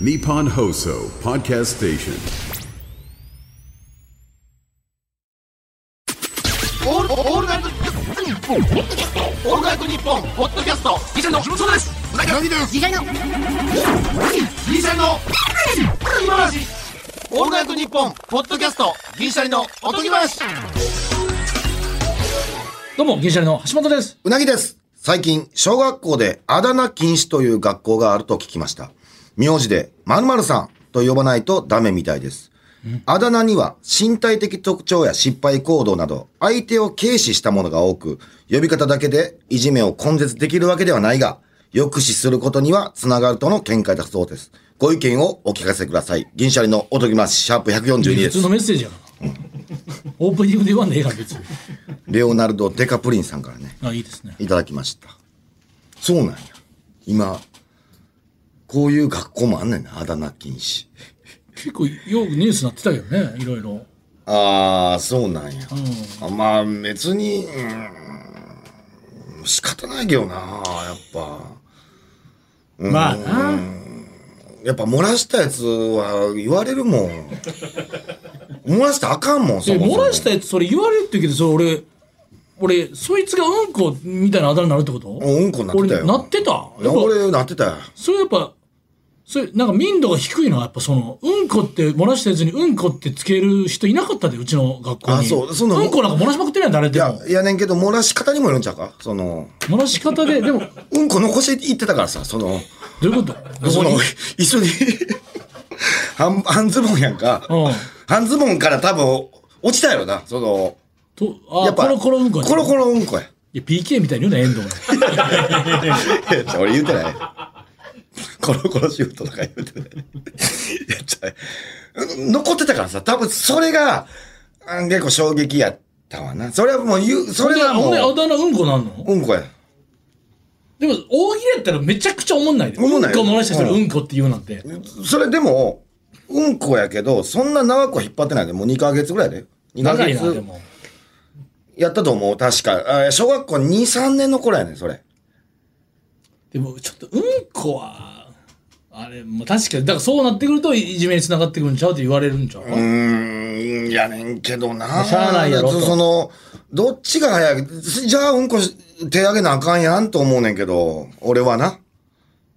Nippon Hoso Podcast Station. オールオールナイトニッポンオールナイトニッポンポッドキャストギシャリのそうですうなぎですギシャリのギシャリの今話オールナイトニッポンポッドキャストギシャリのおとぎ話どうも、銀シャリの橋本です。うなぎです。最近、小学校であだ名禁止という学校があると聞きました。名字で〇〇さんと呼ばないとダメみたいです。あだ名には身体的特徴や失敗行動など、相手を軽視したものが多く、呼び方だけでいじめを根絶できるわけではないが、抑止することにはつながるとの見解だそうです。ご意見をお聞かせください。銀シャリのおとぎまシャープ142普です通の。メッセージやから。オープニングで言わんでええから、別に。レオナルド・デカプリンさんからね。あ、いいですね。いただきました。そうなんや。今、こういう学校もあんねんな、あだ名禁止。結構、よくニュースなってたけどね、いろいろ。ああ、そうなんや。あまあ、別に、うーん仕方ないけどな、やっぱ。まあな。やっぱ漏らしたやつは言われるも ん。漏らしたらあかんもん、そで、もそも漏らしたやつ、それ言われるって言うけど、それ俺、俺、そいつがうんこみたいなあだ名になるってことうんこになってたよ俺、いなってた。ややっぱ、俺、なってたよ。それやっぱ、それ、なんか民度が低いのは、やっぱその、うんこって、漏らしたやつにうんこってつける人いなかったで、うちの学校に。あそうそんなうんこなんか漏らしまくってない誰いでやも。、いやねんけど、漏らし方にもよるんちゃうかその、漏らし方で、でも、どうんこ残していってたからさ、その、ういうことどそこにの、一緒に半、半ズボンやんかうん。半ズボンから多分、落ちたやろな。その、と、あ、コロコロうんこやコロコロうんこや。 いや、PK みたいに言うな、遠藤が。いや俺言うてない。コロコロシュートとか言うてない。いやちゃう残ってたからさ、多分それが、うん結構衝撃やったわな。それはもう言う、 それはもほんであう、だ名うんこなんのうんこや。でも、大喜利やったらめちゃくちゃおもんないで。おもんないうんこ漏らした人にうんこって言うなんて。それでも、うんこやけど、そんな長くは引っ張ってないで、もう2ヶ月ぐらいで。2ヶ長い月な、でも。やったと思う、確か。あ小学校2、3年の頃やねん、それ。でも、ちょっと、うんこは、あれ、もう確かに、だからそうなってくると、いじめにつながってくるんちゃうって言われるんちゃう、うーん、やねんけどな。しゃあないやろとその、どっちが早い、じゃあうんこし手上げなあかんやんと思うねんけど、俺はな。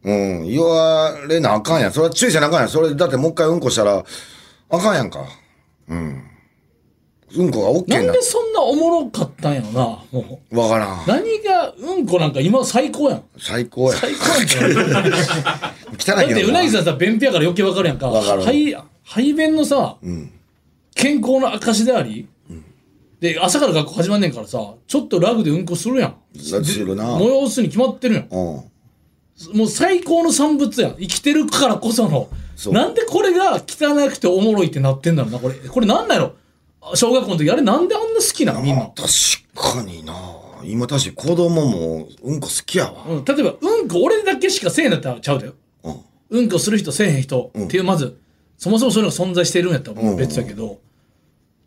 うん、言われなあかんやん。それは注意せなあかんやん。それ、だってもう一回うんこしたら、あかんやんか。うん。うんこが OK なんなで。そんなおもろかったんやろな、もう。わからん。何が、うんこなんか今最高やん。最高や。最高やんけ ど。汚だいっけどな。てうなぎさんさ便秘やから余計わかるやんかわかる排排便のさ、健康の証であり、で朝から学校始まんねんからさちょっとラグでうんこするやんだってするな。う催すに決まってるやんん。もう最高の産物やん生きてるからこそのそうなんでこれが汚くておもろいってなってんだろうなこれこれなんなの小学校の時あれなんであんな好きなのみんな、確かにな。今確かに子供もうんこ好きやわ。うん、例えばうんこ俺だけしかせえへんだったらちゃうだようん。うんこする人せえへん人っていうまず、そもそもそういうのが存在してるんやったらうん別だけど、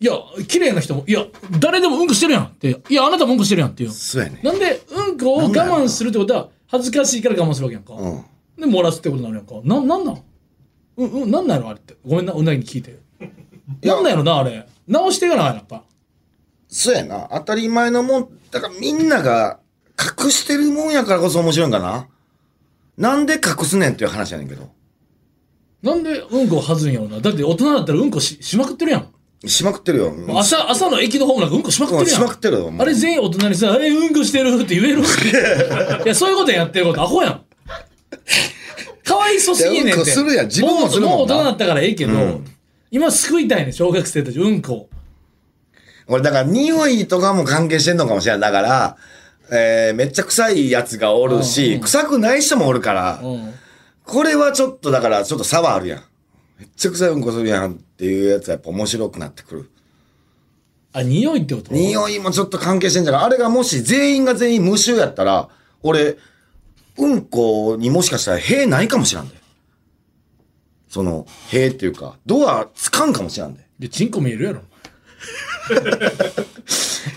いや綺麗な人もいや誰でもうんこしてるやんっていやあなたもうんこしてるやんっていうそうやね。なんでうんこを我慢するってことは恥ずかしいから我慢するわけやんか、うん。で漏らすってことになるやんかななんなんうんうんなんなんやろあれってごめんなうなぎに聞いてやなんなんやろなあれ直していかなやっぱそうやな。当たり前のもん。だからみんなが隠してるもんやからこそ面白いんかな。なんで隠すねんっていう話やねんけど。なんでうんこをはずんやろなだって大人だったらうんこししまくってるやんしまくってるよ。朝朝の駅のホームなんかうんこしまくってうんるやしんまくってるよ。もうあれ全員大人にさ、え、うんこしてるって言える いや、そういうことやってること、アホやん。かわいそすぎんねんいやて。うんこするやん自分もするもんなうう大人だったからええけど、今救いたいねん、小学生たち、うんこ。俺だから匂いとかも関係してんのかもしれない。だから、えー、めっちゃ臭いやつがおるし、臭くない人もおるから、うん。これはちょっとだからちょっと差はあるやん。めっちゃ臭いうんこするやんっていうやつはやっぱ面白くなってくる。あ、匂いってこと匂いもちょっと関係してんじゃないあれがもし全員が全員無臭やったら、俺、うんこにもしかしたら塀ないかもしらんで。その、塀っていうか、ドアつかんかもしらんで。で、チンコ見えるやろ。い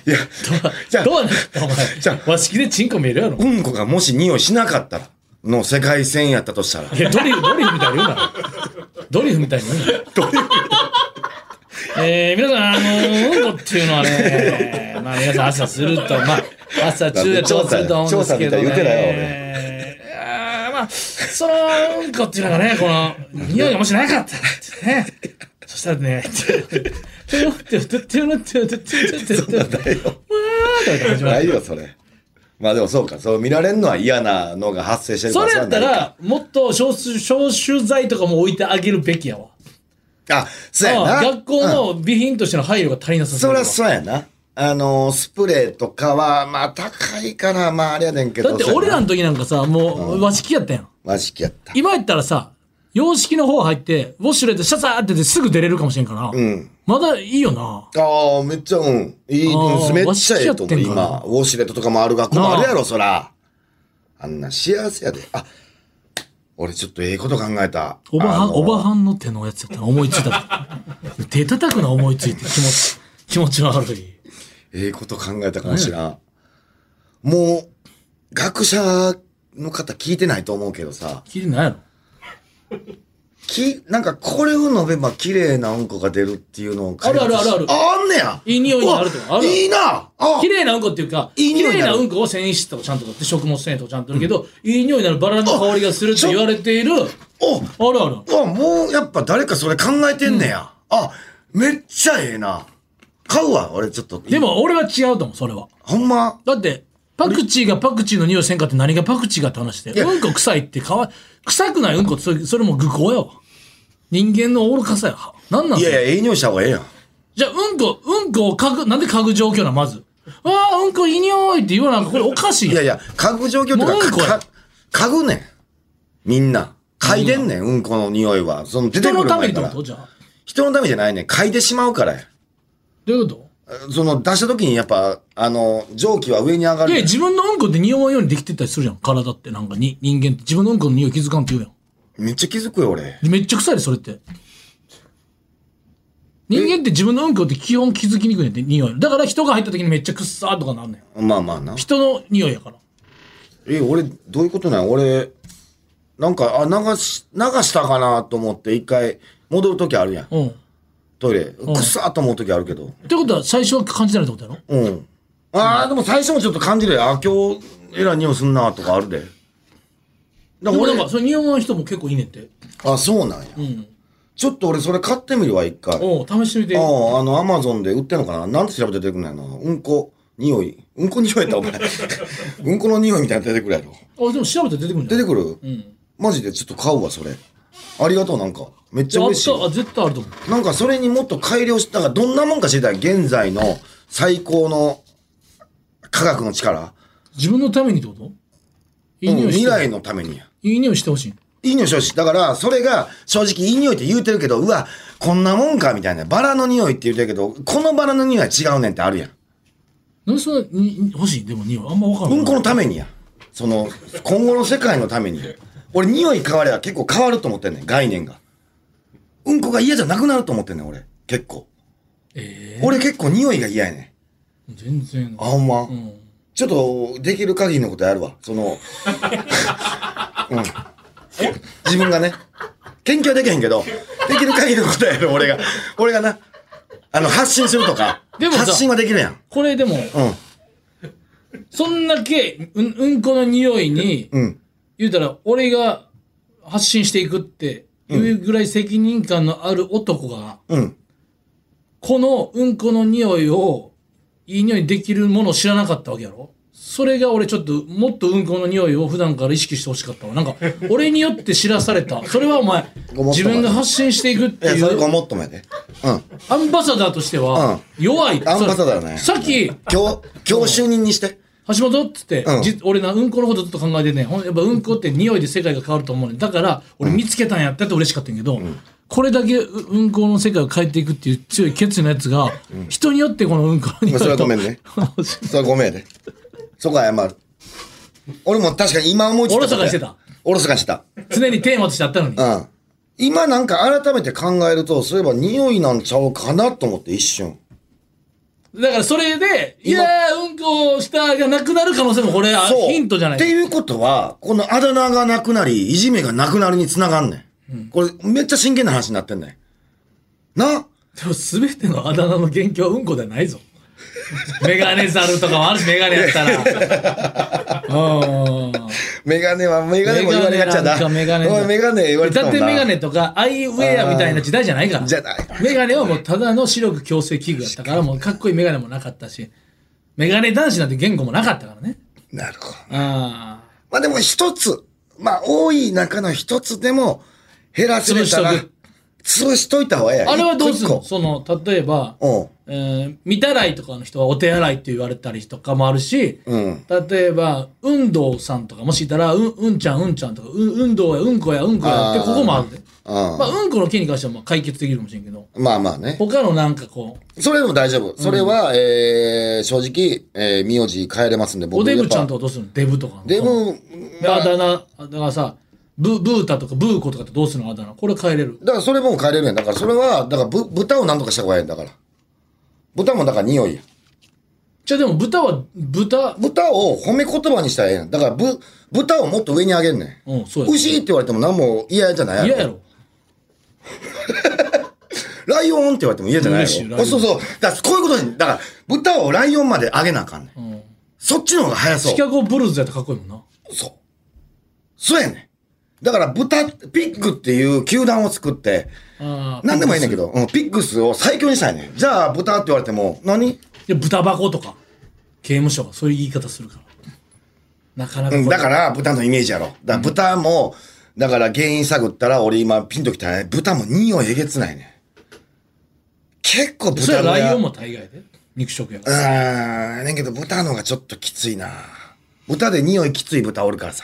や、ドアじゃあドアなんかお前。じゃ和式でチンコ見えるやろ。うんこがもし匂いしなかったら、の世界戦やったとしたらい。や、ドリフ、ドリフみたいに言うな。ドリフみたいに言うな。ドリフ。えー、皆さん、あの、うんこっていうのはね、まあ皆さん朝すると、まあ、朝中で調すると思うんですけ調査みど、ね。たいに言うてないわあーまあ、そのうんこっていうのがね、この、匂いがもしなかったらってね。そしたらね、てよってよってよってよってよってよってよってよってよってよってよないよ、それ。まあでもそうか、そう見られるのは嫌なのが発生してるかそられやったそれはないら、もっと消臭消臭剤とかも置いてあげるべきやわ。かあ、そうやあな。あ学校の備品としての配慮が足りなさそりぎるわゃそうやな。あのー、スプレーとかは、まあ高いから、まああれやねんけど。だって俺らの時なんかさ、もう和式やったやん。マジやった。今やったらさ、洋式の方入って、ウォッシュレットシャサーっててすぐ出れるかもしれんから、んまだいいよな。ああ、めっちゃ、うん。いい、あーうんめっちゃええとわしやっ思てう、んか今。ウォシュレットとかもある学校もなああるやろ、そら。あんな幸せやで。あ、俺ちょっとええこと考えた。おばはん、あのーおばはんの手のやつやったら思いついたで。 手叩くな思いついて、気持ち、気持ち悪い。ええこと考えたかもしらん。もう、学者の方聞いてないと思うけどさ、聞いてないやろ。き、なんかこれを飲めば綺麗なうんこが出るっていうのを開発しあるあるあるあるあ、あんねやいい匂いになるとかうわあるあるいいなあ綺麗なうんこっていうか、いい綺匂いに麗なるなうんこを繊維質とかちゃんと取って、食物繊維とかちゃんと取るけど、いい匂いになるバラの香りがするって言われている、あるおある。うわもうやっぱ誰かそれ考えてんねや。あ、めっちゃええな。買うわ、俺ちょっと。で、も俺は違うと思う、それは。ほんま、だって、パクチーがパクチーの匂いせんかって何がパクチーかって話で、やうんこ臭いってかわ、臭くないうんこってそれそれも愚行やわ。人間の愚かさや。なんなんいそやいや、れええ匂いした方がええやん。じゃあ、うんこ、うんこを嗅ぐ、なんで嗅ぐ状況なのまず。わあ、うんこいい匂いって言わなこれおかしいいややん。いや、嗅ぐ状況ともううんかこやか、か嗅ぐねん。みんな。嗅いでんねん、うんこの匂いは。その出て人くのるため前にっかてこら。とじゃあ。人のためじゃないねん。嗅いでしまうからや。どういうこその出した時にやっぱ、あの、蒸気は上に上がといるや、ねん。自分のうんこって匂わんようにできてたりするやん。体ってなんかに、人間って自分のうんこの匂い気づかんって言うやん。めっちゃ気づくよ、俺。でめっちゃ臭いで、それって。人間って自分のうんこって基本気づきにくいねんって匂い。だから人が入った時にめっちゃくっさーとかなんねん。まあまあな。人の匂いやから。え、俺、どういうことなん俺、なんか、あ、流し、流したかなと思って一回戻る時あるやん。うん。っトイレ。くっさーと思う時あるけど。てことは最初は感じないってことやろうん。ああ、でも最初もちょっと感じるよ。あ、今日、えらい匂いすんなとかあるで。だでからも俺なんか、それ匂いの人も結構いいねんって。あ、そうなんや。ちょっと俺それ買ってみるわ、一回。あおう試してみて。あ、あの、アマゾンで売ってんのかななんて調べて出てくんのやな。うんこ、匂い。うんこ匂いやったらお前。 うんこの匂いみたいなの出てくるやろ。あ、でも調べたら出てくるんじ出ゃてないくる、マジでちょっと買うわ、それ。ありがとう、なんか。めっちゃ嬉しあった、あ、い。絶対あると思う。なんかそれにもっと改良した、だからどんなもんか知りたい。現在の最高の科学の力。自分のためにってこといいうん匂いし未て、来のためにや。いい匂いしてほしい。いい匂いしてほしい。だから、それが、正直、いい匂いって言うてるけど、うわ、こんなもんか、みたいな。バラの匂いって言うてるけど、このバラの匂いは違うねんってあるやん。なんでそんなにに欲しいでも匂い。あんまわからんなうい。んこのためにや。その、今後の世界のために。俺、匂い変われば結構変わると思ってんねん、概念が。うんこが嫌じゃなくなると思ってんねん、俺。結構。え俺結構匂いが嫌やねえ全然ん。あ、。ほんま。うん。ちょっと、できる限りのことやるわ。その、うん。自分がね、研究はできへんけど、できる限りのことやる、俺が。俺がな、あの、発信するとか、でもさ発信はできるやん。これでも、うん。そんだけ、うん、うんこの匂いに、うん。言うたら、俺が発信していくっていうぐらい責任感のある男が、うん。このうんこの匂いを、いい匂いできるものを知らなかったわけやろそれが俺ちょっと、もっとうんこの匂いを普段から意識してほしかったわ。な んか、俺によって知らされた。それはお前、ごもっともや自分が発信していくっいてや、いそれごう、もっともやで。うん。アンバサダーとしては、弱い。アンバサダーねさっき、今日、今日就任にして。橋本っつって、うんじ俺な、うんこのことずっと考えてね、ほんやっぱうんこって匂いで世界が変わると思うねんだから、俺見つけたんやったって嬉しかったんやけど、これだけううんこの世界を変えていくっていう強い決意のやつが、人によってこのうんこの匂いまあそれはごめんねそれごめんやで。そこは謝る。俺も確かに今思いついた。おろそかにしてた。おろそかにしてた。 常にテーマとしてあったのに。うん。今なんか改めて考えると、そういえば匂いなんちゃうかなと思って一瞬。だからそれで、いやー、うんこしたがなくなる可能性もこれ、あヒントじゃないっていうことは、このあだ名がなくなり、いじめがなくなるにつながんねん。これ、めっちゃ真剣な話になってんねん。なでも全てのあだ名の元凶はうんこではないぞ。メガネザルとかもあるし、メガネやったら。 うん。メガネは、メガネも言われがちやな。メガネなんかメガネおいメガネ言われてただもっんてな。メガネとか、アイウェアみたいな時代じゃないから。じゃない。メガネはもうただの視力矯正器具やったから、もうかっこいいメガネもなかったし、メガネ男子なんて言語もなかったからね。なるほど。ああ。まあでも一つ、まあ多い中の一つでも減らせれたら、潰しと潰しといた方がええやんあれはどうする一個のその、例えば、一個えー、見たらいとかの人はお手洗いって言われたりとかもあるし、うん。うん。例えば、運動さんとかもしいたら、うん、うんちゃん、うんちゃんとか、うん、運動や、うんこや、うんこやって、あーここもあるで。あまあ、うんこの件に関してはまあ解決できるかもしれんけど、まあまあね。他のなんかこう、それでも大丈夫。それは、えー、正直、えー、名字変えれますんで、おデブちゃんと。とかどうするのデブとかの。でも、であだ名、あだからさ、ブブータとかブーコとかってどうするのあだ名。これ変えれる。だからそれも変えれるやん。だからそれは、だからぶ豚を何とかした方がええんだから。豚もだから匂いやん。じゃあでも豚は、豚、豚を褒め言葉にしたらええやん。だからぶ、豚をもっと上に上げんねん。うん、そうや。牛って言われても何も嫌じゃない嫌やろ。ライオンって言われても嫌じゃないよ。嬉しいライオンそうそう。だからこういうことに、だから、豚をライオンまで上げなあかんねん。うん。そっちの方が早そシう。カゴブルーズやったらかっこいいもんな。そう。そうやねん。だから豚、ピッグっていう球団を作って、ああ。なんでもいいねんけど、うん、ピッグスを最強にしたいねん。じゃあ、豚って言われても、何で豚箱とか、刑務所がそういう言い方するから。なかなかうこん、だれ。から豚のイメージやろ。だから豚も、だから原因探ったら俺今ピンときたね。豚も匂いえげつないねん。結構そ豚れはのライオンも。も大概で。肉食やかうら。ーん、ねんけど豚の方がちょっときついな。豚で匂いきつい豚おるからさ。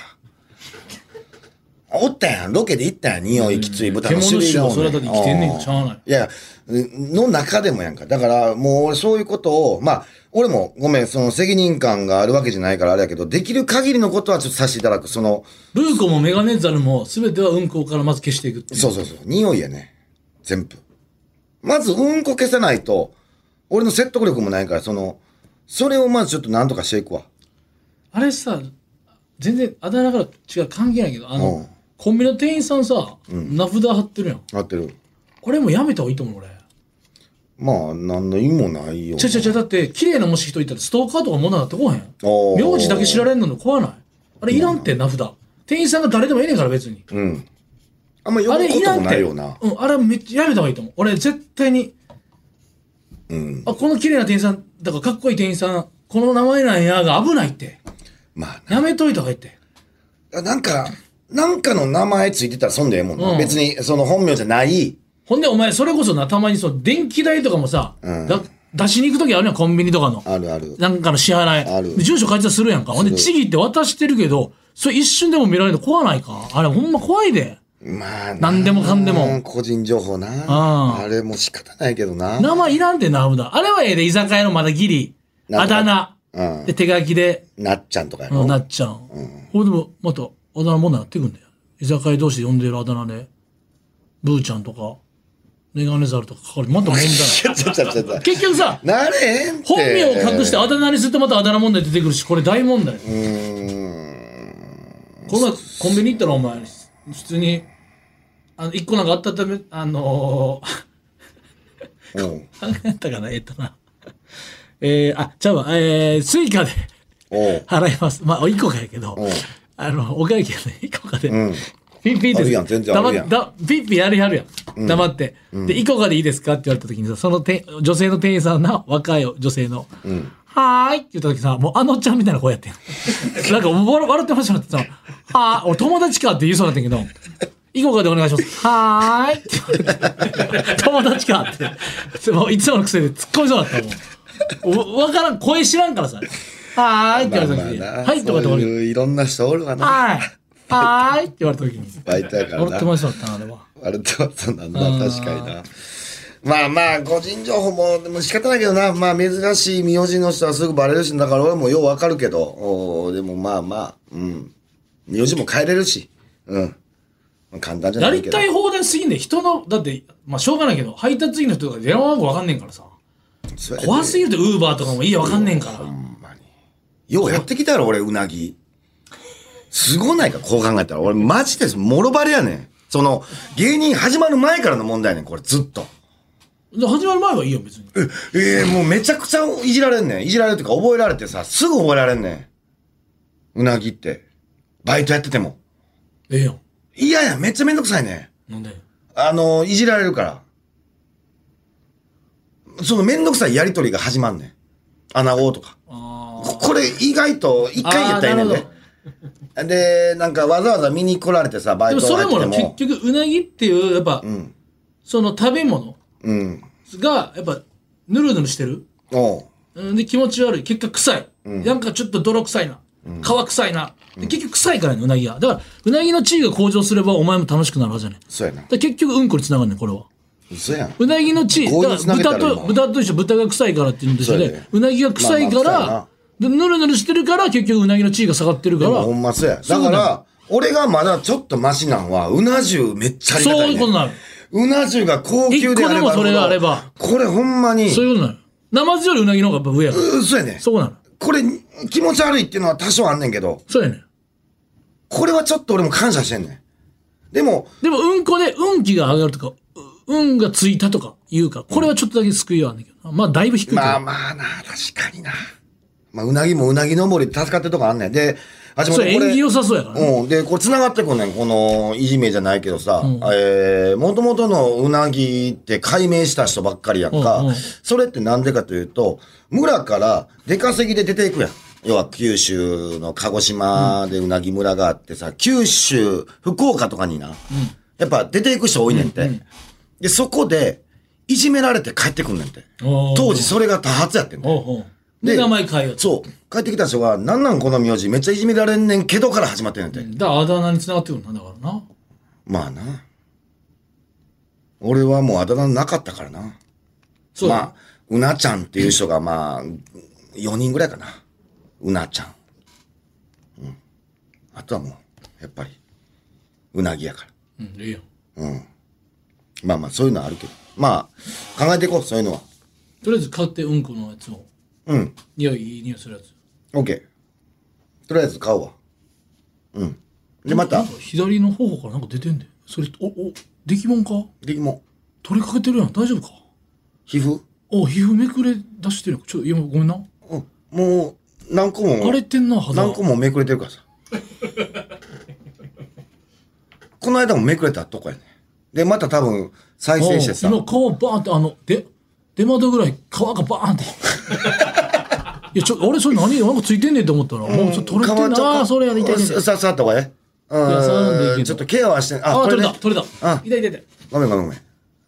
おったやん。ロケで行ったやん。匂いきつい豚の種類がおんねん。獣種もそれだって生きてんねんからうしゃあないいや、うの中でもやんか。だから、もう俺そういうことを、まあ、俺もごめん、その責任感があるわけじゃないからあれやけど、できる限りのことはちょっとさせていただく。その、ブーコもメガネザルも全てはうんこからまず消していくっていう。そうそうそう。匂いやね。全部。まず、うんこ消さないと、俺の説得力もないから、その、それをまずちょっと何とかしていくわ。あれさ、全然あだ名から違う関係ないけど、あの、うんコンビニの店員さんさ、名札貼ってるやん。合ってる。これもうやめた方がいいと思う俺。まあ、何の意味もないよ。ちゃちゃちゃ、だって、綺麗なもし人いたらストーカーとかもんなんなってこおうへん。ー名字だけ知られんの怖ない。あれいらんって、名札。店員さんが誰でもええねんから別に。うん。あんま呼ぶあこれいらともんっなて。いような。ん、あれめっちゃやめた方がいいと思う。俺絶対に、うん。あ、この綺麗な店員さん、だからかっこいい店員さん、この名前なんやが危ないって。まあやめといた方がいいって。な、なんか、なんかの名前ついてたらそんでええもんな。うん別に、その本名じゃない。ほんでお前、それこそな、たまにその電気代とかもさ、うんだ出しに行くときあるやん、コンビニとかの。あるある。なんかの支払い。あるで住所書いてたらするやんか。ほんで、ちぎって渡してるけど、それ一瞬でも見られるの怖ないか。あれ、ほんま怖いで。まあな、なんでもかんでも個人情報な。ああれも仕方ないけどな。名前いらんで、名札。あれはええで、居酒屋のまだギリ。なあんとかだ名。うんで、手書きで、なっちゃんとかやうろ。んなっちゃう。ほんでも、また、あだ名もんなってくんだよ。居酒屋同士で呼んでるあだ名で、ブーちゃんとか、メガネザルとかかかる。また 問題。ちょちょちょちょ。結局さ、なれへんって。本名を隠してあだ名にするとまたあだ名問題出てくるし、これ大問題。うーん。この前コンビニ行ったらお前、普通に、あの、一個なんかあったため、あのうん。ー、 何やったかな、えっとな。えー、あ、ちゃうわ、えー、スイカでおう。払います。まあ、一個かやけどうん、あの、お会計の一個かで、うん。ピッピーってあるやん全然あるやん黙っだピッピーやるやるやん。黙って。で、イコカでいいですかって言われた時にさ、そのて女性の店員さんな、若い女性の、はーいって言った時さ、もうあのちゃんみたいな声やって ん。なんか笑笑ってましたってさ、はーい、俺友達かって言いそうになってんけど、イコカでお願いします。はーいって言われて、友達かって。もういつもの癖で突っ込みそうだったもん。おわからん、声知らんからさ、はーいって言われた時に、まあまあなはいとかってそう俺、いういろんな人おるわな。はい、はーいって言われた時に。バイトやから笑ってまな。したったな、あれは。あれってはそうなんだ。確かにな。まあまあ、個人情報も、でも仕方ないけどな。まあ、珍しい名字の人はすぐバレるし、だから俺もようわかるけど。おうでもまあまあ、うん。名字も変えれるし。うん。まあ簡単じゃやないりけど。たい放題すぎんで、人の、だって、まあしょうがないけど、配達員の人とか電話番号わかんねえからさ。そうやって怖すぎるとウーバーとかもいいやわかんねえから。ようやってきたやろ、俺、うなぎ。すごないか、こう考えたら。俺、マジです。もろバレやねん。その、芸人始まる前からの問題やねん、これ、ずっと。で始まる前はいいよ別に。ええもうめちゃくちゃいじられんねん。いじられるっていうか、覚えられてさ、すぐ覚えられんねん。うなぎって。バイトやってても。ええやん。いやいや、めっちゃめんどくさいねなんであの、いじられるから。そのめんどくさいやりとりが始まんねん。穴子とか。あここれ意外と一回やったらええねんあーなるで。で、なんかわざわざ見に来られてさ、バあ。イでもトそれ入ってもてな結も。局うなぎっていうやっぱ、んその食べ物うん。がやっぱぬるぬるしてる。おううんで気持ち悪い結果臭い、なんかちょっと泥臭いな、皮臭いな、で結局臭いからねうなぎがだからうなぎの地位が向上すればお前も楽しくなるはずやねんだかそうやな。ら結局うんこにつながるねんこれは嘘やん。うなぎの地位こういうだつかならげたら今豚と豚と一緒豚が臭いからっていうのと一緒でそうう,、やねなぎが臭いかまあまあら、でぬるぬるしてるから結局うなぎの地位が下がってるからほんまそうや。だうかなのら、俺がまだちょっとマシなんは、うな重めっちゃありがそたうい、いね。うことなるうな重が高級であれば一個でもそれがあれば。これほんまに、そういうことなるナマズよりうなぎの方がやっぱ上やから嘘やねん。そうなのこれ気持ち悪いっていうのは多少あんねんけど、そうやねんこれはちょっと俺も感謝してんねん。でも、でもうんこで運気が上がるとかう運がついたとか言うかこれはちょっとだけ救いはあんだけどなまあだいぶ低いけど、まあまあな、確かにな。まあ、うなぎもうなぎ登りで助かってるとこあんねん。で、橋それ本こ縁れ起、良さそうやからね、うん。で、これ繋がってくんねん。この、いじめじゃないけどさ、んえー、もともとのうなぎって解明した人ばっかりやんか。うんうんそれってなんでかというと、村から出稼ぎで出ていくやん。要は九州の鹿児島でうなぎ村があってさ、九州、福岡とかにな、やっぱ出ていく人多いねんて。で、そこで、いじめられて帰ってくんねんて。おー当時それが多発やってんねんおうおうでで名前変えようとそう。帰ってきた人が、なんなんこの名字、めっちゃいじめられんねんけどから始まってんねんて。だからあだ名に繋がってくるんだだからなまあな。俺はもうあだ名なかったからな。そうだ、まあ、うなちゃんっていう人がまあ、4人ぐらいかな。うなちゃん。うん。あとはもう、やっぱり、うなぎやから。うんいいよまあまあ、そういうのはあるけど。まあ、考えていこう、そういうのは。とりあえず買ってうんこのやつをうん。匂いいい匂いするやつ OK。とりあえず買うわ。うん。で、またなんか、左の頬からなんか出てんでそれおお出来もんかでも、取りかけてるやん大丈夫か皮膚お皮膚めくれ出してるやんちょっと今ごめんなうん。もう、何個も。枯れてんな肌何個もめくれてるからさ この間もめくれたとこやねでまた多分再生してさおう今顔バーンってあので出窓ぐらい皮がバ ーンっていやちょあれそれ何なんかついてんねんと思ったら、もうちょっと取れてん皮ちょっとなあーそれやりたいねんささった方がええいや触らんでいいけうどんちょっとケアはしてあああこれ取ねれた取れたあ痛い痛い痛いごめんごめんごめん、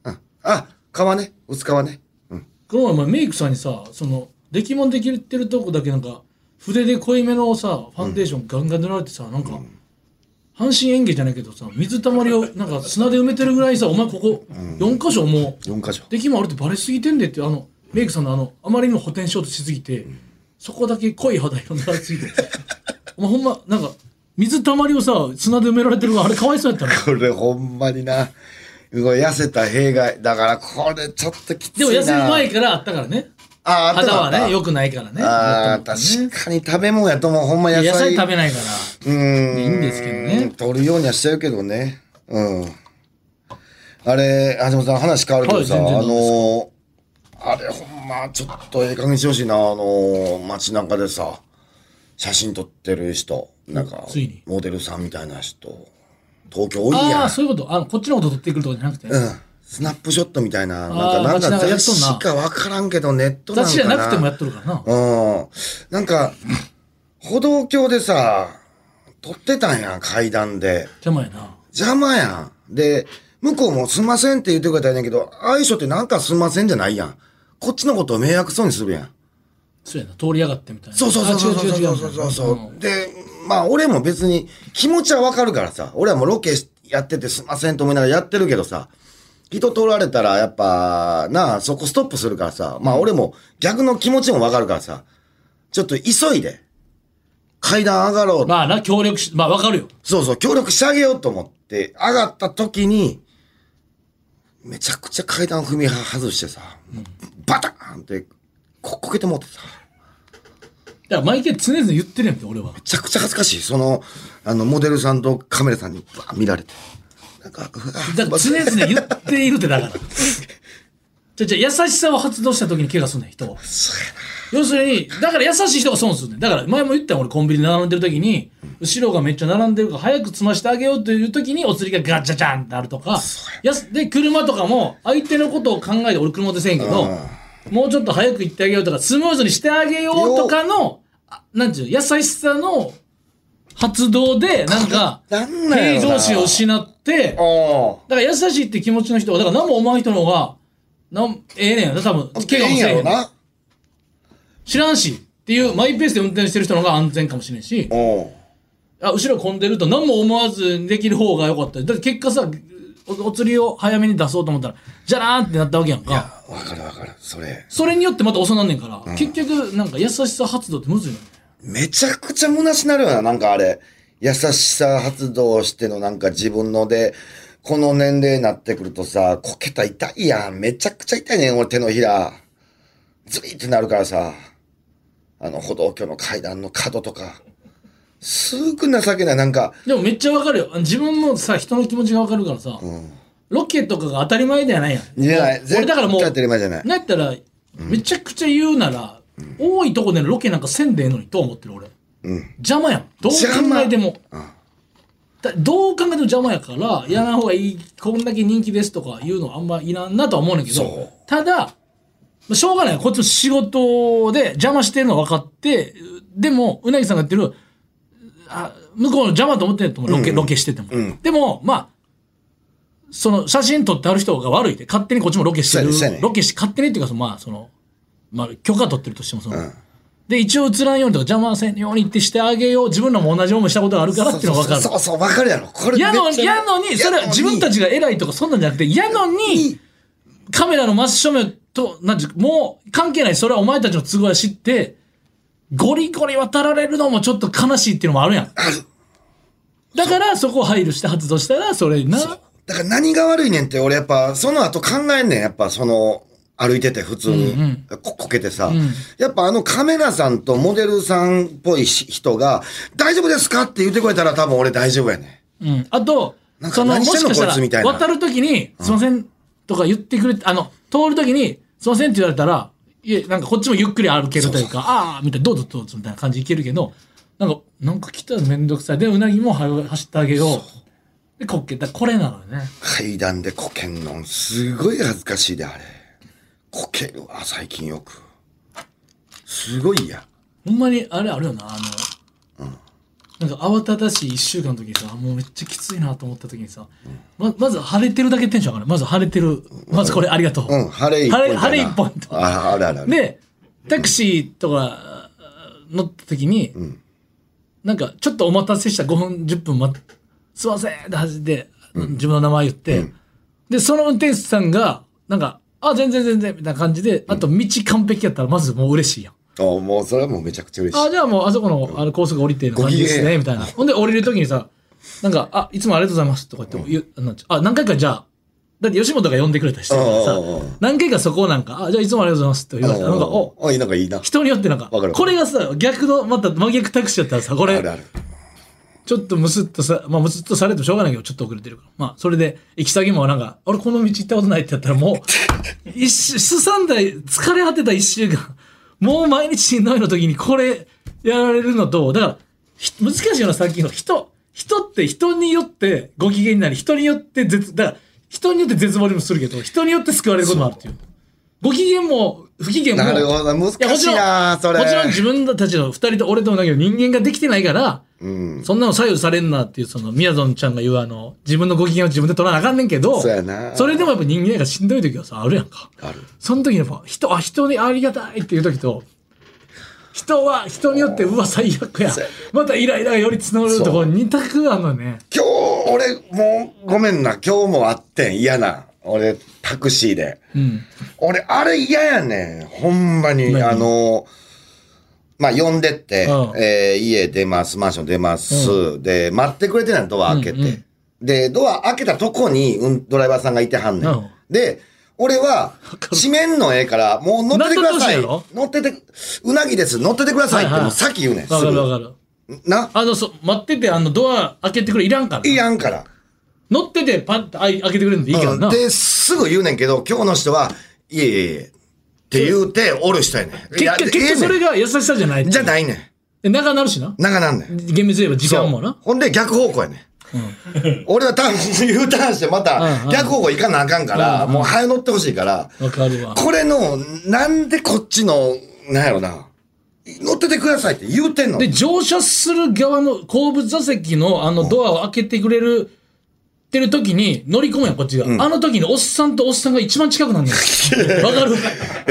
うん、あ皮ね薄皮ねうんこの前お前メイクさんにさその出来もんできてるとこだけなんか筆で濃いめのさファンデーションガンガン塗られてさなんか、半身園芸じゃないけどさ水たまりをなんか砂で埋めてるぐらいさお前ここ4箇所もう、 4箇所出来もあるってバレすぎてんでってあのメイクさんのあのあまりにも補填しようとしすぎて、そこだけ濃い肌色になりすぎてお前ほんまなんか水たまりをさ砂で埋められてるわあれかわいそうや ったなこれほんまになうわ痩せた弊害だからこれちょっときついなでも痩せる前からあったからねああった肌はあったね良くないからねあやあったもんね確かに食べ物やともうほんま野野菜菜食べないかうーん。いいんですけどね取るようにはしてるけどね。うん。あれ、橋本さん、話変わるけどさ、はいあ全然のー、あれほんま、ちょっとええ加減にしてほしいな、あのー、街中でさ、写真撮ってる人、なんか、ついにモデルさんみたいな人、東京多いらあやあん。そういうことあのこっちのこと取ってくるとかじゃなくて、うん。スナップショットみたいな、なんか、なん街中かでやっ雑とん誌なかわからんけど、ネットなんかな。雑誌じゃなくてもやっとるからなうん。なんか、歩道橋でさ、撮ってたんやん、階段で。邪魔やな邪魔やん。で、向こうもすんませんって言ってくれたらいいねんけど、ああいう人ってなんかすんませんじゃないやん。こっちのことを迷惑そうにするやん。そうやな通りやがってみたいなそうそうそうそうそうあ違違そう違うそうみたいなで、まあ俺も別に気持ちはわかるからさ、俺はもうロケやっててすんませんと思いながらやってるけどさ、人通られたらやっぱ、なあ、そこストップするからさ、まあ俺も逆の気持ちもわかるからさ、ちょっと急いで、階段上がろうとまあな協力しまあわかるよそうそう、協力してあげようと思って、上がった時に、めちゃくちゃ階段を踏み外してさ、バターンってこ、こけてもうてた。だから毎回常々言ってるやんけ、俺はめ。ちゃくちゃ恥ずかしい。その、あの、モデルさんとカメラさんにバーン見られて。なんか、うわだから常々言っているってだから。じゃじゃ優しさを発動した時に怪我すんねん、人は。要するに、だから優しい人が損すんねん。だから前も言ったよ、俺コンビニで並んでる時に、後ろがめっちゃ並んでるから早く詰ましてあげようという時にお釣りがガチャチャンってなるとか、やすで、車とかも相手のことを考えて、俺車でせんけど、もうちょっと早く行ってあげようとか、スムーズにしてあげようとかの、あなんていうの、優しさの発動で、なんか、なんなんやろ平常な心を失って、あだから優しいって気持ちの人は、だから何も思わん人の方が、なんええねんよ。多分、あ。怪我もいいんせやえへろん。な。知らんし、っていうマイペースで運転してる人の方が安全かもしれんし、おうあ後ろ混んでると何も思わずにできる方が良かったり。だって結果さ、おお釣りを早めに出そうと思ったら、じゃらーんってなったわけやんか。わかるわかる。それ。それによってまた遅なんねんから、結局、なんか優しさ発動ってむずいよね。めちゃくちゃ虚しなるよな、なんかあれ。優しさ発動してのなんか自分ので、この年齢になってくるとさ、こけた痛いやん。めちゃくちゃ痛いねん、俺手のひら。ズリってなるからさ。あの歩道橋の階段の角とか。すぐ情けない、なんか。でもめっちゃわかるよ。自分もさ、人の気持ちがわかるからさ、ロケとかが当たり前ではないやん。いや、俺だからもう絶対当たり前じゃない。なんやったら、めちゃくちゃ言うなら、多いとこでのロケなんかせんでええのにと思ってる俺、邪魔やんどう考えても、だどう考えても邪魔やからやらん方がいいこんだけ人気ですとか言うのあんまいらんなとは思うねんだけそうどただまあしょうがないこっちの仕事で邪魔してるの分かってでもうなぎさんが言ってるあ向こうの邪魔と思ってんやと思うロケ,、ロケしてても、でもまあその写真撮ってある人が悪いで勝手にこっちもロケしてそうやるねそうやねロケし勝手にっていうかそのまあそのまあ許可取ってるとしてもその、で一応映らんようにとか邪魔せんようにってしてあげよう自分らも同じ思いしたことがあるからっていうのは分かるそうそう、わかるやろ。これやのめっちゃやのにそれは自分たちが偉いとかそんなんじゃなくてやのにカメラの真正面となんていうかもう関係ないそれはお前たちの都合やしってゴリゴリ渡られるのもちょっと悲しいっていうのもあるやんあるだからそこを配慮して発動したらそれなだから何が悪いねんって、俺やっぱ、その後考えんねん。やっぱその、歩いてて普通に、ここけてさ、やっぱあのカメラさんとモデルさんっぽいし人が、大丈夫ですかって言ってくれたら多分俺大丈夫やねうん、あとなん、かその、も何してんしのかしこいつみたたいら、な渡るときに、すいませんとか言ってくれて、あの、通るときに、すいませんって言われたら、いえ、なんかこっちもゆっくり歩けるというか、ああ、みたいな、どうぞどうぞみたいな感じいけるけど、なんか、なんか来たらめんどくさい。で、うなぎもは走ってあげよう。で、こっけた。これなのよね。ん。階段でこけんのん、すごい恥ずかしいで、あれ。こけるわ、最近よく。すごいや。ほんまに、あれあるよな、あの、なんか慌ただしい1週間の時にさ、もうめっちゃきついなと思った時にさ、ままず晴れてるだけテンション上がる。まず晴れてる。まずこれありがとう。うん、晴れ一本だ晴れな。晴れ一本とあ、あるあるある。で、タクシーとか乗った時に、なんかちょっとお待たせした5分、10分待っすいませんって走って、自分の名前言って、で、その運転手さんが、なんか、あ、全然全然、みたいな感じで、あと道完璧やったら、まずもう嬉しいやん。おもうそれはもうめちゃくちゃ嬉しいあ、。じゃあもうあそこのあの高速降りての感じですご機ね、嫌みたいな。ほんで降りるときにさ、なんか、あ、いつもありがとうございますとか言って言う、なんちゅうあ、何回かじゃあ、だって吉本が呼んでくれたりしてるからさうんうんうん、何回かそこをなんか、あ、じゃあいつもありがとうございますとか言われたら、なんか、お、あ、いい、なんかいいな。人によってなんか、わかるこれがさ、逆の、また真逆タクシーやったらさ、こあれる、ある。ちょっとむすっとさ、まあむすっとされてもしょうがないけど、ちょっと遅れてるから。まあ、それで、行き先もなんか、俺この道行ったことないってやったらもう、一週、すさんだ、疲れ果てた一週間、もう毎日しんどいの時にこれ、やられるのと、だから、ひ難しいよな、さっきの人。人って人によってご機嫌になり、人によって絶、だから、人によって絶望にもするけど、人によって救われることもあるっていう。ご機嫌も、不機嫌も。なるほど。いや難しいな、それ。もちろん自分たちの二人と俺ともだけど人間ができてないから、そんなの左右されんなっていう、その、みやぞんちゃんが言うあの、自分のご機嫌を自分で取らなあかんねんけど、そうやなそれでもやっぱ人間がしんどい時はさ、あるやんか。ある。その時にやっぱ、人、あ、人にありがたいっていう時と、人は、人によって、うわ、最悪やそうや。またイライラがより募るところ、二択あんのね。今日、俺、もう、ごめんな。今日もあってん。嫌な。俺、タクシーで。俺、あれ嫌やねん。ほんまに。何あの、まあ、呼んでって、うんえー家出ます、マンション出ます。で、待ってくれてないドア開けて。うんうんで、ドア開けたとこに、うん、ドライバーさんがいてはんねん。うんで、俺は、紙面の絵から、もう乗っててください。乗っ乗ってて、うなぎです、乗っててくださいって、はいはもいうさっき言うねん。すわかるぐ。わかる。な、あの、そう、待ってて、あの、ドア開けてくれ、いらんから。いやんから。乗ってて、パッとあい開けてくれるんでいいからうんな。で、すぐ言うねんけど、今日の人は、いえいえいえ、って言うて、おる人やねん。い結や局、結ええねん局それが優しさじゃない。じゃないねえ長なるしな。ん。長なんねん。厳密に言えば時間もなそう。ほんで逆方向やね、ん、俺は多分 U ターンしてま うんうたん逆方向行かなあかんから、うんうんもう早乗ってほしいから、わかるわ。これのなんでこっちのなんやろな乗っててくださいって言うてんので、乗車する側の後部座席のあのドアを開けてくれる、ってる時に乗り込むやん、こっちが。あの時におっさんとおっさんが一番近く なんだよ。わかる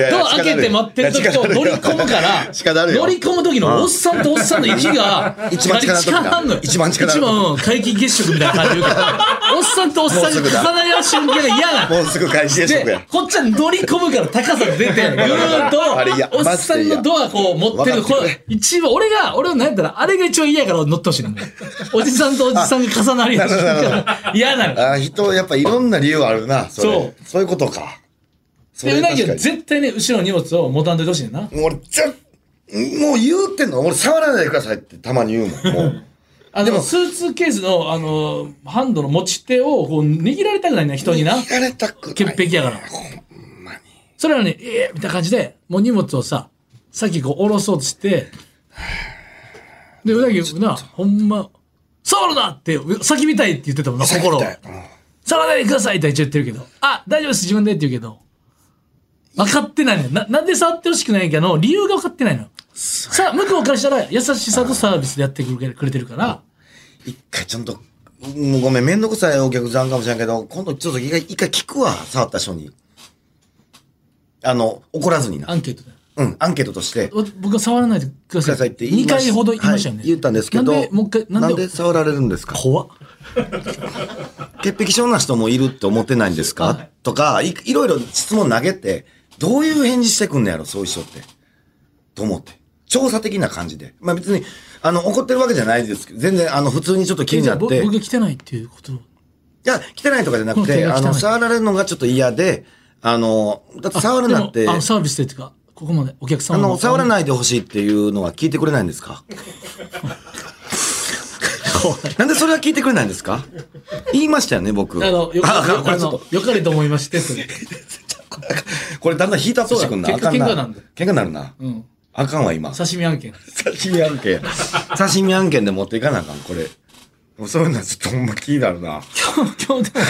やドア開けて待ってる時といや乗り込むから、 近なるよ乗り込む時のおっさんとおっさんの位置が、 一番近なる時だあんのよ一番近なる一番、うん皆既月食みたいな感じで言 うから。おっさんとおっさんに重なり合う瞬間が嫌なのもうすぐ開始でしょこでれ、こっちは乗り込むから高さで出て、ぐ ーっあれいやと、おっさんのドアこう持ってるマジで嫌の、これ、一番、俺が、俺は何やったら、あれが一番嫌やから乗ってほしいな。おじさんとおじさんが重なり合う瞬なるほどな間が嫌なの。あー人やっぱいろんな理由あるなそれそうそういうことかそで、れうなぎ確はかに絶対ね、後ろの荷物を持たんといてほしいな。もう俺ぜもう言うてんの俺触らないでくださいってたまに言うもん もうあでもの、スーツケースの、あの、ハンドの持ち手を、こう、握られたくないね、人に な。聞かれたくない潔癖やから。それはね、ええみたいな感じで、もう荷物をさ、さっきこう、下ろそうとして、で、うなぎ、な、ほんま、触るなって、叫びたいって言ってたもんな、心を。うん触らないでくださいって一応言ってるけど、あ、大丈夫です、自分でって言うけど、分かってないのよな、なんで触ってほしくないかの理由が分かってないの。さあ、向こうからしたら、優しさとサービスでやってくれくれてるから、一回ちゃんと、もうごめん、めんどくさいお客さんかもしれんけど、今度ちょっと一回一回聞くわ、触った人に。あの、怒らずになア。ンケートで。うん、アンケートとして。お僕は触らないでくだくだささいいっってて言い2ま回ほど言いましたよね、はい言ったんですけど。なんでもう一回なんで触られるんですか怖っ潔癖症な人もいるって思ってないんですか、はいとかい、いろいろ質問投げて、どういう返事してくんのやろ、そういう人って。と思って。調査的な感じで。まあ別に、あの、怒ってるわけじゃないですけど、全然、あの、普通にちょっと気になって。ぼ僕が来てないっていうこといや、来てないとかじゃなくうん手て、が汚あいの、触られるのがちょっと嫌で、あの、だって触るなって、でもああのサービスでっていうかここまでお客様の、触らいないでほしいっていうのは聞いてくれないんですかなんでそれは聞いてくれないんですか言いましたよね、僕。あのよあかこあれちょっのと、よかれと思いましてそれこれだんだんヒートアップしてくんな。そうだあかんな。結果喧嘩なんで喧嘩になるな。うんあかんわ、今。刺身案件刺身案件。刺身案件で持っていかなあかん、これ。もうそういうのはちょっとほんま気になるな。今日でも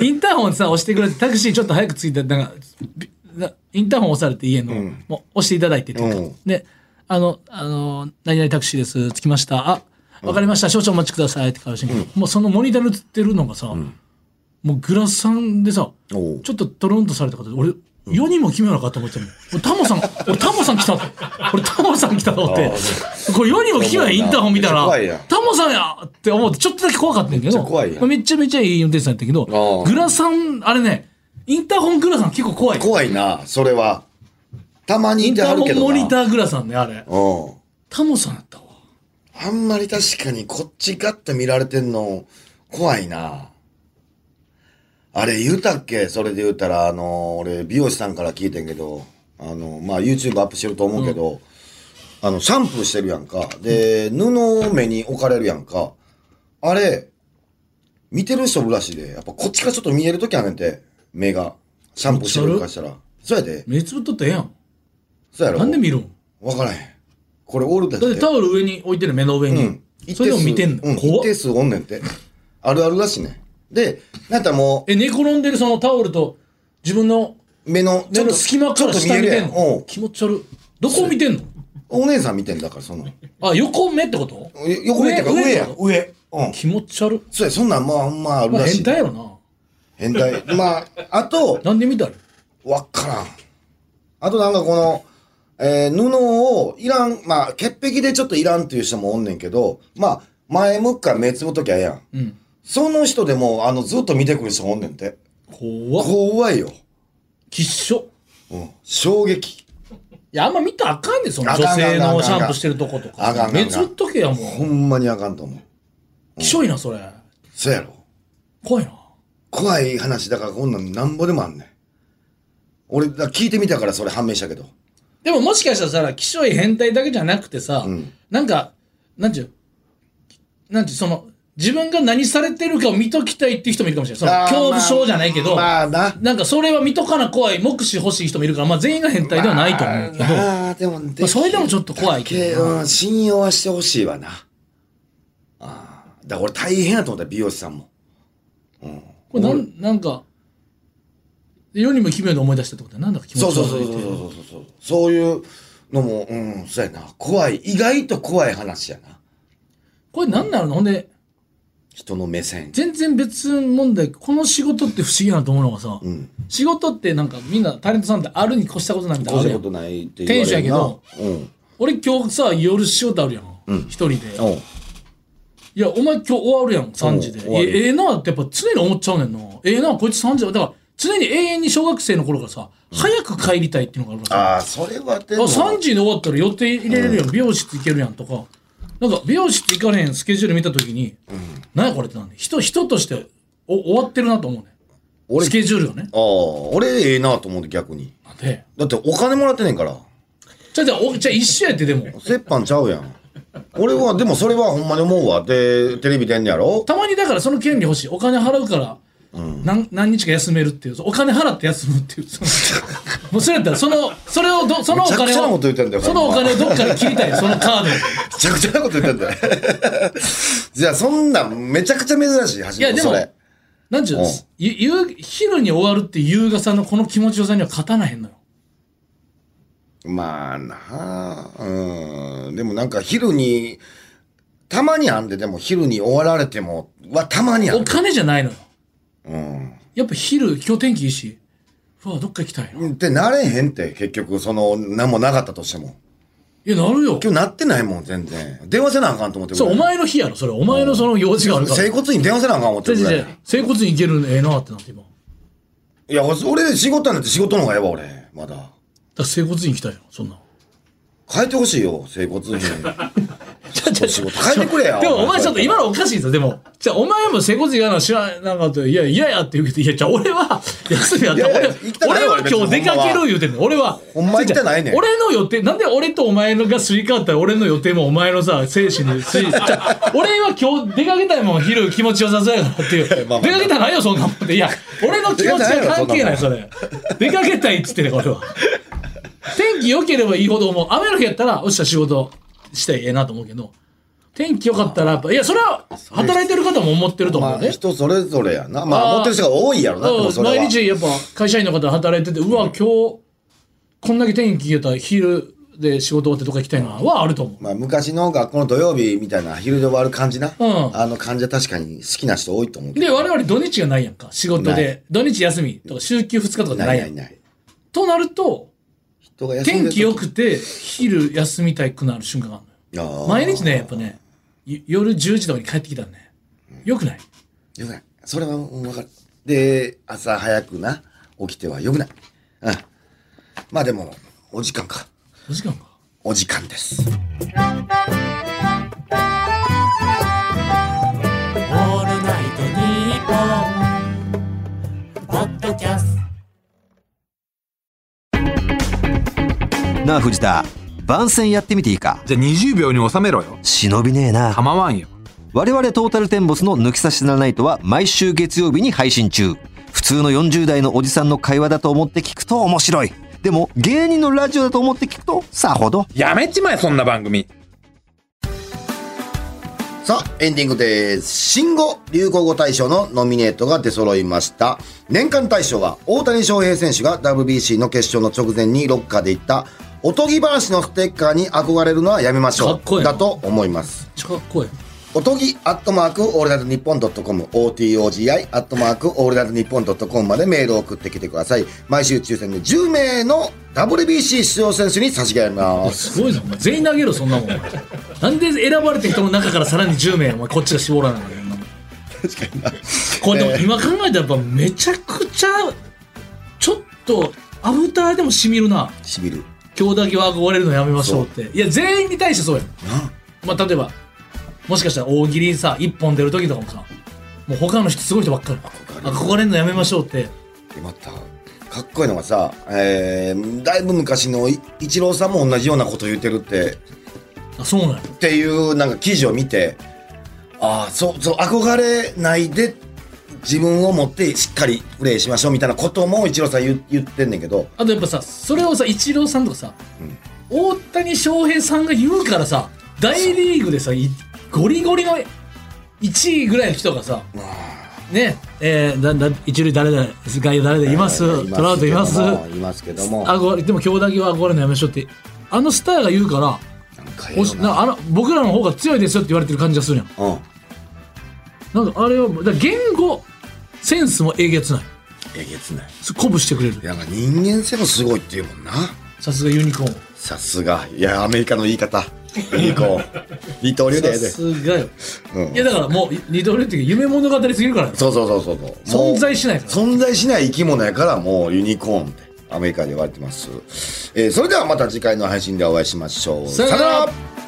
インターホンさ押してくれてタクシーちょっと早く着いたなんかびなインターホン押されて家の、もう押していただいてっていうかうんであのあの何々タクシーです着きましたあわかりました、少々お待ちくださいって返してんけど、もうそのモニターに映ってるのがさ、もうグラスさんでさちおょうっとトロンとされたことで俺、世にも奇妙なかと思ってたもん俺タモさん俺タモさん来たと俺タモさん来たと思ってこれ世にも奇妙なインターホン見ためっちゃら怖いやんタモさんやって思ってちょっとだけ怖かったんやめけどっちゃ怖いやんめっちゃめちゃいい運転手さんやったけどあーグラさんあれねインターホングラさん結構怖い怖いな、それは。たまにイいンてタはーるホけンどな。モニターグラさんねあれうん。タモさんやったわあんまり確かにこっちがって見られてんの怖いな。あれ言うたっけそれで言うたら、あの、俺美容師さんから聞いてんけど、あの、まあ YouTube アップしてると思うけど、あの、シャンプーしてるやんか。で、布を目に置かれるやんか。あれ、見てる人おるらしいで、やっぱこっちがちょっと見えるときあんねんて、目が。シャンプーしてるからしたら。そうやで。目つぶっとったらええやんそうやろ。なんで見るんわからへん。これオールだだってタオル上に置いてる目の上に、うんそれでも見てんの、うん、一怖っ定数おんねんて。あるあるだしね。で、なんかもえ寝転んでるそのタオルと自分のう、目の、目の隙間から下ちょっと見てん見えるやんうのん気持ち悪いどこ見てんのお姉さん見てんだから、その。よあ横目ってこと横見てか上やってん、こと上。うん。気持ち悪いそうや、そんなん、まあ、まあ、あるまあらしい。変態やろな変態。まあ、あと、なんで見たらわっからん。あとなんかこの、えー布をいらん、まあ、潔癖でちょっといらんっていう人もおんねんけど、まあ、前向くから目つぶときゃええやん。うんその人でも、あの、ずっと見てくる人もおんねんて。怖っ怖いよ。きっしょうん。衝撃。いやあんま見たらあかんねんそのあ女かん性あかんあかんあかのんシャンプーしてるとことあかんあかんあかかん目つぶっとけやもほんまにあかんと思う。うきしょいなそれそうやろ。怖いな怖い話だからこんなんなんぼでもあんねん。俺、だから聞いてみたからそれ判明したけど。でももしかしたらさ、きしょい変態だけじゃなくてさ、なんか、なんちゅう、なんちゅう、その、自分が何されてるかを見ときたいっていう人もいるかもしれない。その、恐怖症じゃないけど、まあまあな。なんかそれは見とかな怖い、目視欲しい人もいるから、まあ全員が変態ではないと思うけど、ああ、でも、まあそれでもちょっと怖いけけどな。うん、信用はしてほしいわな。ああ。だから俺大変やと思った、美容師さんも。これなん、なんか、世にも奇妙で思い出したってことはなんだか気持ちそう悪いそうそうそうそうそうそう。そういうのも、うん、そうやな。怖い。意外と怖い話やな。これなんなのほんで、人の目線。全然別問題、この仕事って不思議なと思うのがさ、ん仕事ってなんかみんなタレントさんってあるに越したことないみたいこなうのあしたるやこん。とないって言われるな。うん。俺今日さ、夜仕事あるやん。一、人で。おういや、お前今日終わるやん、3時で。終いやわるええなってやっぱ常に思っちゃうねんな。ええな、こいつ3時だ。だから常に永遠に小学生の頃からさ、早く帰りたいっていうのがあるからさ。ああ、それはであも。 3時に終わったら予定入れれるやん、美容室行けるやんとか、なんか美容室行かれへんスケジュール見たときに、なんやこれってなんで、人、人としてお終わってるなと思うねん。俺スケジュールがね。ああ、俺ええなと思うんで逆に。なんで、だってお金もらってねんから。じゃあじゃあおじゃあ一緒やってでも、折半ちゃうやん。俺は、でもそれはほんまに思うわ。で、テレビ出んねやろたまにだからその権利欲しい。お金払うから、何何日か休めるっていう、お金払って休むっていう。 そのもうそれやったら、その、それをど、そのめおちゃく金ちゃなことを言ってんだよ、そのおほんま金をどっかで切りたい、そのカードを。めちゃくちゃなこと言ってんだよ。 じゃあ、そんなんめちゃくちゃ珍しい、初いや、めでてもそれ。、なんちゅうのうん、ゆ夕昼に終わるっていう優雅さのこの気持ちよさには勝たなへんのよ。まあなあ、うん。でもなんか昼に、たまにあんで、でも昼に終わられても、はたまにあおんで。金じゃないのよ。うん。やっぱ昼、今日天気いいし、うわ、どっか行きたいな。いってなれへんって、結局、その、なんもなかったとしても。や、なるよ。今日なってないもん、全然。電話せなあかんと思ってるそう、お前の日やろ、それ。お前のその用事があるから。整骨院電話せなあかん思って違うるぐら違いう違う整骨院行けるのええなってなって今。だかいや、俺、仕事なんて仕事の方がええわ、俺。まだ。ら整骨院行きたいよ、そんな。変えてほしいよ、整骨院。ちょちょ仕事変えてくれよでもお前ちょっと今のおかしいぞ、でも。じゃあお前も整骨院行かな知らなかったよいや、嫌やって言うけど、いや、じゃあ俺は、休みやったらいやい俺や行きたくない俺わは今日出かける言うてんの。俺は。ほんま行きたないねん俺の予定、なんで俺とお前のがすり替わったら俺の予定もお前のさ、精神 にすり、じゃあ俺は今日出かけたいもん、昼気持ちよさそうやからっていう。 まあまあ出かけたらないよ、そんなもんって。いや、俺の気持ちは関係ない、それ。出かけたいっつってね、俺は。天気良ければいいほど思う。雨の日やったら、おっしゃ、仕事したいええなと思うけど、天気良かったら、やっぱ、いや、それは働いてる方も思ってるとま思あ、うね。人それぞれやな。まあ、あー持ってる人が多いやろな、でもうそんれは。毎日やっぱ会社員の方働いてて、うわ、今日、こんだけ天気良かったら昼で仕事終わってとか行きたいな、はあると思う。まあ、昔の学校の土曜日みたいな、昼で終わる感じな。うんあの感じは確かに好きな人多いと思うけど。で、我々土日がないやんか。仕事なで。土日休みとか、週休2日とかじゃなないいなやいん。ない。となると、人が休んで天る時気良くて、昼休みたくなる瞬間があるのよ。あー毎日ね、やっぱね、ゆ夜10時とかに帰ってきたらね、良くないよくない。それは、うんわかる。で、朝早くな、起きてはよくない。うん。まあでも、お時間か。お時間か。お時間です。オールナイトニッポン」ポッドキャストなあ藤田番宣やってみていいかじゃあ20秒に収めろよ。忍びねえな構わんよ。我々トータルテンボスの抜き差しならないとは毎週月曜日に配信中普通の40代のおじさんの会話だと思って聞くと面白いでも芸人のラジオだと思って聞くとさほどやめちまえ、そんな番組。さあ、エンディングです。新語・流行語大賞のノミネートが出揃いました。年間大賞は、大谷翔平選手が WBC の決勝の直前にロッカーで言った、おとぎ話のステッカーに憧れるのはやめましかょ。っこいういだなと思います。めっちゃかっこいい。おとぎ、アットマーク、オールナイトニッポンドットコム、OTOGI、アットマーク、オールナイトニッポンドットコムまでメールを送ってきてください。毎週抽選で10名の WBC 出場選手に差し上げます。すごいぞ、お前。全員投げろ、そんなもん。なんで選ばれてる人の中からさらに10名、お前、こっちが絞らないのよ。確かにこれでも今考えたらやっぱめちゃくちゃ、ちょっと、アフターでもしみるな。しびる。今日だけは憧れるのやめましょうって。いや、全員に対してそうやん。まあ、例えば、もしかしたら大喜利さ、1本出る時とかもさ、もう他の人すごい人ばっかり。憧れるのやめましょうって。また、かっこいいのがさ、えー、だいぶ昔のイイチローさんも同じようなこと言ってるってあそうなんやっていうなんか記事を見てああそうそう憧れないで自分を持ってしっかりプレーしましょうみたいなこともイチローさん言言ってんねんけどあとやっぱさそれをさイチローさんとかさ、大谷翔平さんが言うからさ大リーグでさいゴリゴリの1位ぐらいの人がさねえー、だだ一塁誰だ外野誰だいます、トラウトいますいますけどもあごでも今日だけは憧れるのやめましょうってあのスターが言うからなんかおしなあの僕らの方が強いですよって言われてる感じがするやんうんなんかあれはだから言語センスもえげつないえげつないそ鼓舞してくれるいやなんか人間性もすごいっていうもんなさすがユニコーンさすがいやアメリカの言い方いい子二刀流でえさえですがよ、うんいやだからもう二度目っていうか夢物語すぎるからそうそうそうそうそうもう存在しないから存在しない生き物やからもうユニコーンってアメリカで言われてます、えーそれではまた次回の配信でお会いしましょうさよならら